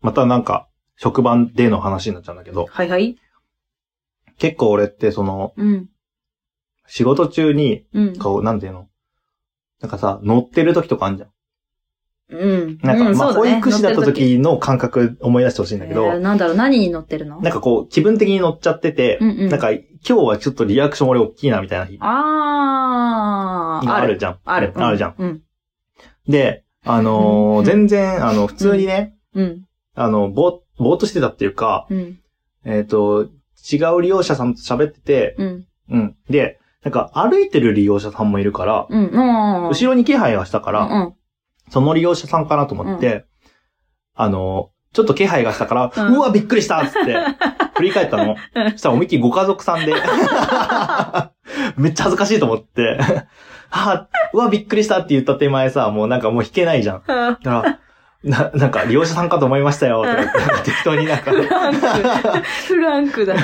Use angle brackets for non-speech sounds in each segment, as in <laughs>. またなんか、職場での話になっちゃうんだけど、はいはい。結構俺ってその、うん。仕事中に、うん。こう、なんていうのなんかさ、乗ってる時とかあんじゃん。うん。なんか、うんまあ、そ保うね育士だった乗てる時の感覚思い出してほしいんだけど、えーなんだろう、何に乗ってるのなんかこう、気分的に乗っちゃってて、うんうんなんか、今日はちょっとリアクション俺大きいなみたいな日あー。がある。じゃん。ある。うんあるじゃん。うん。で、あのーうん全然、あの、普通にね、うん。あの、ぼー、ぼーっとしてたっていうか、うん。えっ、と、違う利用者さんと喋ってて、うん。うん。で、なんか歩いてる利用者さんもいるから、うん。うん。後ろに気配がしたから、うん。その利用者さんかなと思って、あの、ちょっと気配がしたから、ううんわ、びっくりしたっつって、 <laughs> 振り返ったの。そしたら思いっきりご家族さんで、 <laughs> めっちゃ恥ずかしいと思って、はあ、うわ、びっくりしたって言った手前さ、もうなんかもう弾けないじゃん。うんだから、な、なんか、利用者さんかと思いましたよ、とか言って、適当になんか、 <laughs> フランク。フランクだ。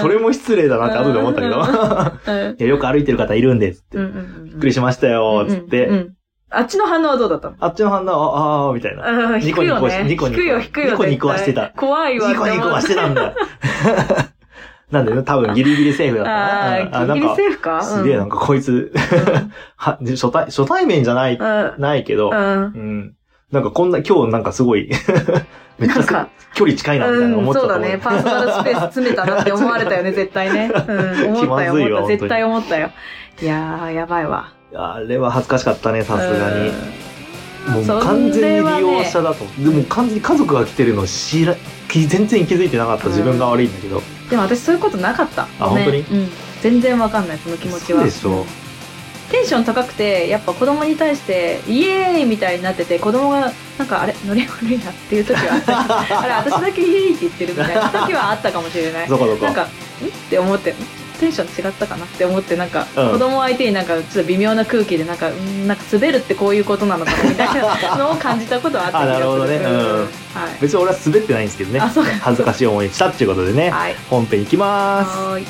<laughs> それも失礼だなって後で思ったけど、うん <laughs> いやよく歩いてる方いるんですって、うびんうん。びっくりしましたよ、つっうんうて、んあっちの反応はどうだったのあっちの反応は、ああー、みたいな。うんニ引コくニコよね。ニコニコ引くよ、引くよ。ニコニコはしてた絶対怖いわ。ニコニコはしてたんだ。なんでね、多分ギリギリセーフだったあな。あー、ギリギリセーフなかんか、すげえなんかこいつ、は、初対、初対面じゃない、うん。ないけど、うん。うん。なんかこんな、今日なんかすごい、 <laughs> めっちゃなんか、距離近いなみたいなう思ん、っちゃっそうただね。パーソナルスペース詰めたなって思われたよね、絶 <laughs> 対ね。うん、思った気よ、まずい思わった。本当に絶対思ったよ。いやー、やばいわ。 <laughs> あれは恥ずかしかったね、さすがに。もうそれはね完全に利用者だと。でも完全に家族が来てるの知ら、き全然気づいてなかった自分が悪いんだけど。うん。でも私そういうことなかった。あごめ本ん当にうん。全然わかんない、その気持ちは。そうでしょ。テンション高くて、やっぱ子供に対して、イエーイみたいになってて、子供が、なんかあれ、ノリ悪いなっていう時はあった <laughs> あれ、私だけイエーイって言ってるみたいな時はあったかもしれない。どこどこなんか、んって思って、んテンション違ったかなって思って、なんか、うん子供相手になんか、ちょっと微妙な空気で、なんか、うんなんか滑るってこういうことなのかなみたいなのを感じたことはあった気がすあな <laughs> るほどねうんはい。別に俺は滑ってないんですけどね。あそうか恥ずかしい思いしたっていうことでね。はい。本編いきまーす。はーい。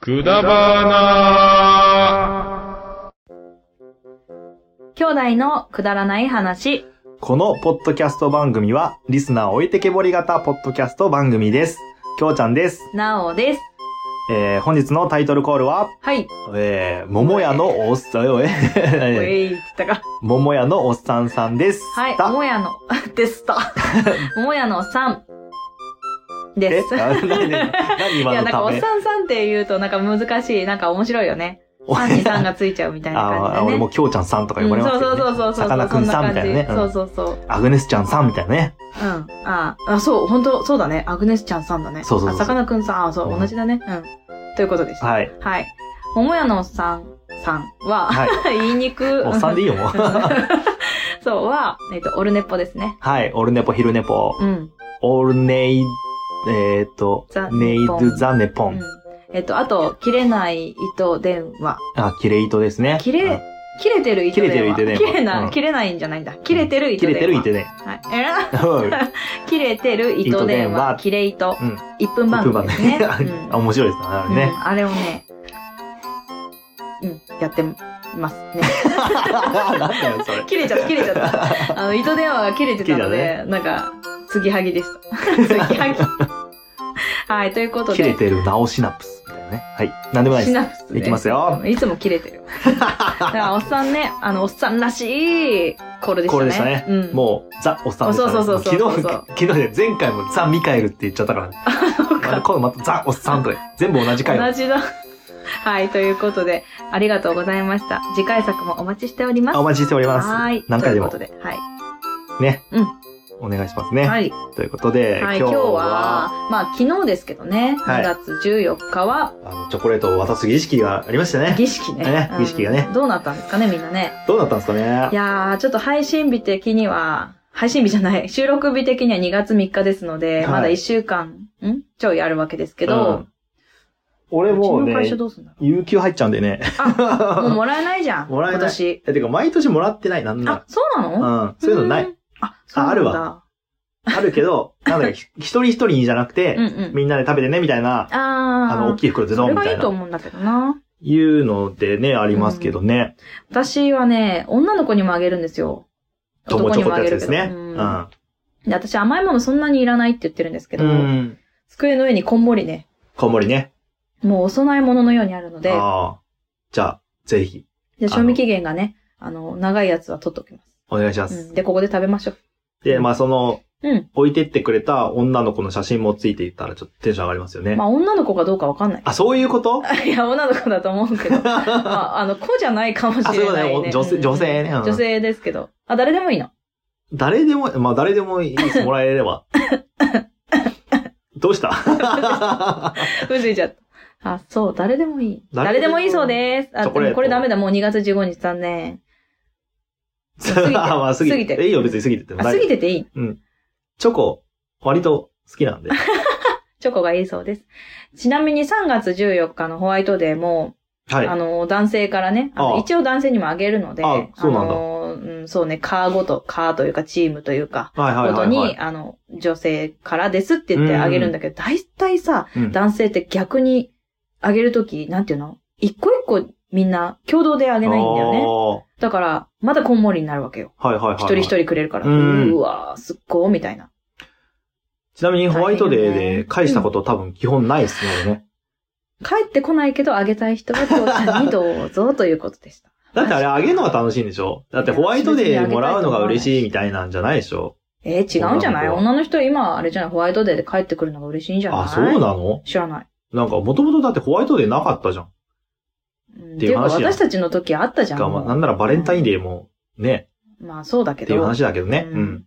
くだばな兄弟のくだらない話。このポッドキャスト番組は、リスナー置いてけぼり型ポッドキャスト番組です。きょうちゃんです。なおです。えー、本日のタイトルコールは、はい。えー、桃屋のおっさん、おえー、いって言ったか。桃屋のおっさんさんです。はい。さ桃屋の、 <laughs> <laughs> でした。桃屋のさん。えです。あ何何い今のや、なんか、たおっめ。さんさんって言うと、なんか難しい、なんか面白いよね。さんにさんがついちゃうみたいな感じあでー、ね。俺もきょうちゃんさんとか呼ばれますうよんそうそうそうね。そう。さかなクンさんみたいなね。そんう感んじそうそうそう。アグネスちゃんさんみたいなね。うん。ああ、そう、本当そうだね。アグネスちゃんさんだね。そうそうそうあさかなクンさん、あそうう、ん同じだね。うん。ということでした。はい。はい。桃屋のさん、さんは、 <laughs> はい。言いにく。おっさんでいいよ、もう。 <laughs> そうは、えっと、オルネポですね。はい。オルネポ、昼ネポ。うん。オールネイ、えー、とザ、ネイドザネポうんン。えっと、あと、切れない糸電話。あ、キレイトですね。切れうん切れてる糸切れ電話。てる糸電話切れなうん切れないんじゃないんだ。切れてる糸切電れ話。てるいてね。はい。えらうん切れてる糸電糸電話話、切れ糸。うん1分番組で <laughs> すね。うんあ面白いですねあれうね。んあれをね、うん、やってます <laughs> ね。なんだよ、それ。切れちゃった、切れち <laughs> ゃった。あの、糸電話が切れてたの切れで、なんか、継ぎはぎ <laughs> でした。継ぎはぎ。 <laughs> はい、ということで。切れてるナオシナプスみたいなね。はい。なんでもないシです。ナプス、ね。いきますよ。いつも切れ <laughs> てる。だから、おっさんね、あの、おっさんらしいコールでしこたね。れでしたね。うん。もう、ザ・おっさんでしたね。そうそうそうそう昨日、昨日で前回もザ・ミカエルって言っちゃった <laughs> からね。あの今度またザ・おっさんとか全部同じ回同をじだ。 <laughs> はい、ということで、ありがとうございました。次回作もお待ちしております。お待ちしております。はい。何回でもということで、はい。ね。うんお願いしますね。はい。ということで、はい、今今日は、日は、まあ昨日ですけどね、は2い月14日は、あの、チョコレートを渡す儀式がありましたね。儀式ね。ねうん儀式がねどうなったんですかね、みんなね。どうなったんですかねいやー、ちょっと配信日的には、配信日じ <laughs> ゃない、収録日的には2月3日ですのはで、いまだ1週間、んちょいあるわけですけど、う俺もうちの会ね社、どうす <laughs> んだろ有給入っちゃうんでね。う。もうもらえないじゃん、もらえない今 <laughs> 年。え、てか、毎年もらってない、なんあな、そうなのら。うん。そういうのない。。んあ、そうなんだ。あるわ。あるけ <laughs> ど、なんだか、ひ一人一人にじゃなくてうん、うん。みんなで食べてね、みたいな、あー。あの、大きい袋でそ飲れむみがたいいいとな。思うんだけどな。いうのでね、ありますけどね。私はね、女の子にもあげるんですよ。友チョコってやつです男ね。にうもん。で、私甘いものそんなにいらないって言ってるんですけうど、ん。机の上にこんもりね、こんもりね。もうお供え物のようにあるので、ああ。じゃあ、ぜひ、で賞味期限がね、あの、長いやつは取っときます。お願いしまうす。ん、で、ここで食べましょう。で、まあその、うん置いてってくれた女の子の写真もついていったらちょっとテンション上がりますよね。まあ、女の子かどうかわかんない。 <laughs> あ、そういうこといや、女の子だと思うけ <laughs> ど。あ、まあ、あの、子じゃないかもしそういうれことない、ねね。女性、うん女性ね。うん女性ですけど。あ、誰でもい <laughs> いの。誰でも、まあ誰でもいいです、もらえれ <laughs> ば。どうした <laughs> うずいちゃった。あ、そう、誰でもいい。誰誰ででももいいそうです。チあ、でョコレートもこれダメだ、もう2月15日残念。過ぎてるあまあ過ぎ過ぎてるえいいよ、別に過ぎててもあ、過大ぎ丈夫。てていい。チョコ、割と好きなんで。チョコがいいそうです。ちなみに3月14日のホワイトデーも、はいあ。の、男性からね、あのああ一応男性にもあげるので、あそうなんだの、うんそうね、カーごと、カーというかチームというか、はいはいごとはい、に、はい。あの、女性からですって言ってあげるんだけど、大体さ、うん男性って逆にあげるとき、なんていうの一個一個みんな共同であげないんだよね。あだから、まだこんもりになるわけよ。ーはいはいはいはい。一人一人くれるから。ううんーわー、すっごー、みたいな。ちなみにホワイトデーで返したこと多分基本ないですね、俺ね。帰ってこないけどあげたい人は父ちゃんにどうぞということでした。だってあれあげるのが楽しいんでしょだってホワイトデーもらうのが嬉しいみたいなんじゃないでしょえー、違うんじゃな女の子いは女の人今、あれじゃないホワイトデーで帰ってくるのが嬉しいんじゃないあ、そうなの知らない。なんかもともとだってホワイトデーなかったじゃん。うんっていう話っやていうか私たちの時あったじゃん。がまあなんならバレンタインデーもね、まあそうだけってど。いう話だけどね。ううんん。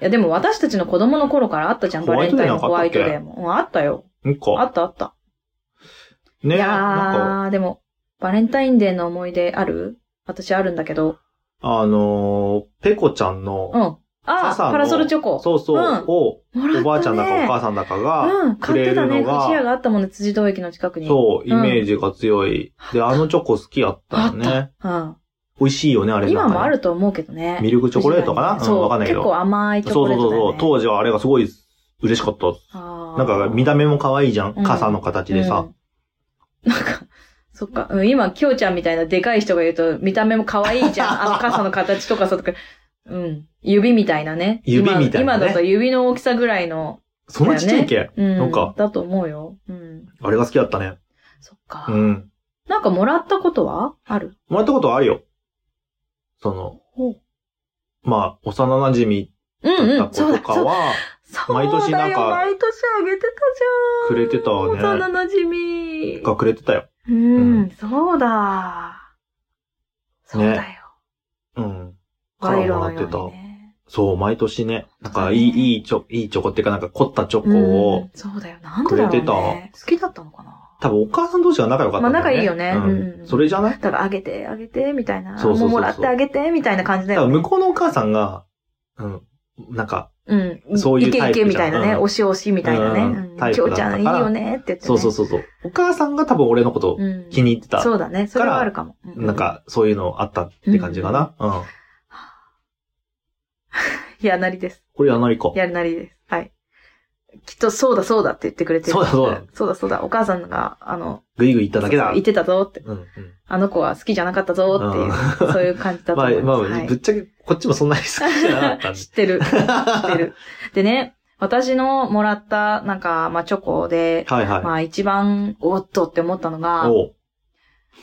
いやでも私たちの子供の頃からあったじゃん、ホバワレイトンタデイーンなのんかあっホワたイっけトデーも。うん、あったよ。うんあか。ったあった。ねいなんか、やー、でも、バレンタインデーの思い出ある私あるんだけど。あのー、ペコちゃんのう、ん。ああ、傘のパラソルチョコ。そうそう、うんを、もらったねおばあちゃんだかお母さんだかが、うん、買ってたくれね。るのが不二家があったもんね、辻堂駅の近くに。う。そう、イメージが強い。で、あのチョコ好きやったよね。ん。美味しいよね、あれなんか今ねもあると思うけどね。ミルクチョコレートかなそううん、わかんないけど。結構甘いチョそコうレそーうトそうだそよ、うね。。当時はあれがすごい嬉しかった。あーなんか見た目も可愛いじゃん。うん傘の形でさ。うんなんか、そっか、うん、今、きょうちゃんみたいなでかい人が言うと、見た目も可愛いじ <laughs> ゃん。あの傘の形とかさ、とか、うん。指みたいなね。指みたいなね今今だと指の大きさぐらいの、そんなちっちゃいけ、うん。なんかだと思うよ。うん。あれが好きだったね。そっか。うん。なんかもらったことはあるもらったことはあるよ。そのほう、まあ、幼馴染うんだうっん。たそ子うだと、かそうだ。は、そうだよ毎年なんか毎年あげてたじゃくん。れてたわね幼馴染がくれてたよ。うん、うそうだ。そうだよ。うん。賄賂のからもらってたようにね。そう、毎年ね。なんそうか、だねいい、いいチョ、いいチョコっていうか、なんか凝ったチョコを、うんそうだよ。なんでだろうくれてね。た好きだったのかな。多分お母さん同士が仲良かったんだよね。まあ仲いいよねうんううんん。それじゃないだからあげて、あげて、みたいな。そうそうそうそうもうもらってあげて、みたいな感じだ多よ分ね。向こうのお母さんが、うん、なんか、うん。そういうタイプけいけみたいなね。うん押し押しみたいなね。ううんんタイきょプだっうちたゃかんらいいよねって言ってね。そうそうそうそう。お母さんが多分俺のことうん気に入ってた。そうだね。それはあるかも。うなん。か、そういうのあったって感じかな。うん。やなりです。これやないか。やるなりです。はい。きっと、そうだそうだって言ってくれてる。そうだそうだ。そうだそうだ。お母さんが、あの、ぐいぐい行っただけだ。言ってたぞって。うんうん。あの子は好きじゃなかったぞっていう、うんそういう感じだとまあ思いままあす。まはあ、いぶっちゃけ、こっちもそんなに好きじゃなかったんで知。ってる。知ってる。でね、私のもらった、なんか、まあ、チョコで、 <laughs> はいはい。まあ、一番、おっとって思ったのが、おう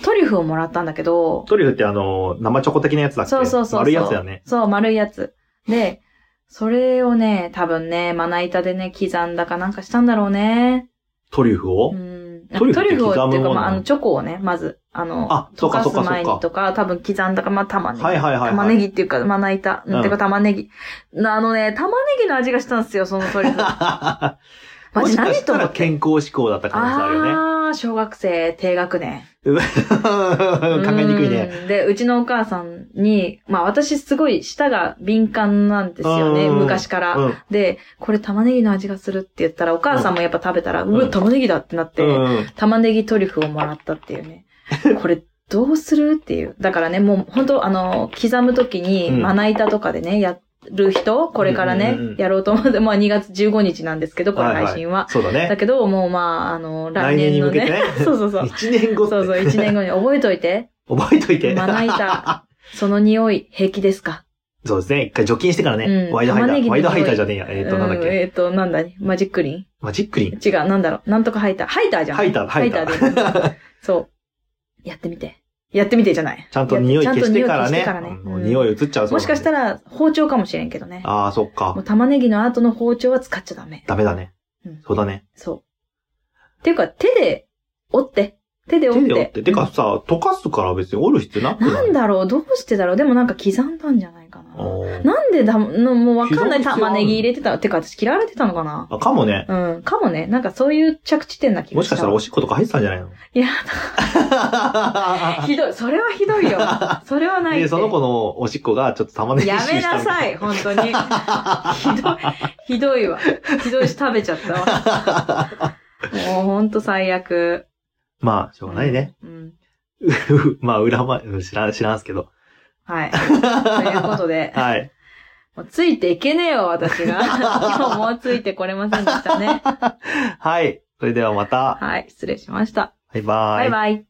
トリュフをもらったんだけど、トリュフってあの、生チョコ的なやつだっけそうそうそうそう。丸いやつだよね。。そう、丸いやつ。で、それをね、多分ね、まな板でね、刻んだかなんかしたんだろうね。トリュフをうん。トリュフって刻むものトリュフをっていうか、まあ、あなのの、チョコをね、まず、あの、あそ溶うかかそうすかそうか前にとか、多分刻んだか、まあ、玉ねぎ。はいはいはいはい玉ねぎっていうか、まな板、うん、うんてか玉ねぎ。あのね、玉ねぎの味がしたんですよ、そのトリュフ。マ <laughs> <laughs> もジしか何しとた思らって。健康志向だった可能性あるよね。ああ、小学生、低学年。 <laughs> 考えにくいね。うん。で、うちのお母さんに、まあ私すごい舌が敏感なんですよね、うん昔から。うん。で、これ玉ねぎの味がするって言ったら、お母さんもやっぱ食べたら、うんわ、玉ねぎだってなって、うん。玉ねぎトリュフをもらったっていう <laughs> ね。これどうするっていう。だからね、もう本当あの、刻むときに、うんまな板とかでね、やる人、これからね、うんうんうんうんやろう <laughs> と思って、まあ2月15日なんですけど、これ配信は。そうだだね。けど、もうまあ、あの、来来年年にの向けてね。ね。そうそうそう。 <laughs> 一年後ってそうそう、1年後に覚えといて。 <laughs> 覚えといて。まな板、その匂い平気ですか <laughs> そうですね。一回除菌してからね、うんワイドハイタ玉ねぎー。のワイドハイターじゃねえや。えっ、と、なんだっうんけ。えっ、と、なんだね。マジックリマジックリン。ン。違う、なんだろう。なんとかハイター。ハイターじゃん。ハイターだハイターハイターで。そう。やってみて。やってみてじゃない。ちゃんとやって匂いちゃん消としてからね。匂い消してからねうんうん匂い移っちゃうそうなんでもしかしたら包丁かもしれんけどね。ああ、そっかもう。玉ねぎの後の包丁は使っちゃダメ。ダメだねうん。そうだね。そう。っていうか、手で折って。手で折手って。で折って。てかさ、溶かすから別に折る必要なくないなんだろうどうしてだろうでもなんか刻んだんじゃないかな。おーなんでだ、のもうわかんな刻むい必要ある玉ねぎ入れてた。てか私嫌われてたのかなあ、かもね。うん。かもね。なんかそういう着地点な気もがししかた。したらおししっことか入ってたんじ <laughs> ゃないのいやだ、でひどい。それはひど <laughs> いよ。それはないって。その子のおしっこがちょっと玉ねぎやめなさい。い、本当に。ひどい、ひどいわ。ひどいし食べちゃったわ。もうほんと最悪。まあ、しょうがないね。 <laughs> うん。まあ、裏前、うん知らん、知らんす <laughs> けど。はい。ということで、はい。もうついていけねえよ、<laughs> 私が。今日もついてこれませんでしたね。はい。それではまた。はい、失礼しました。バイババイバイ。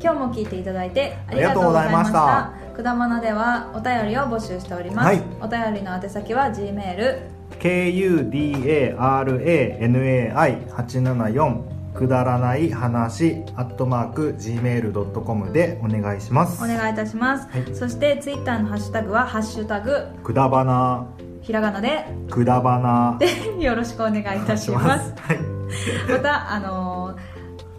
今日も聞いていただいてありがとうございましたあ。くだまなではお便りを募集しております。はいお便りの宛先は G メール kudaranai874 くだらない話アットマーク gmail.com でお願いしますお願いいたします。はいそしてツイッターのハッシュタグはハッシュタグくだばなひらがなでくだばなよろしくお願いいたします。はいまたあのー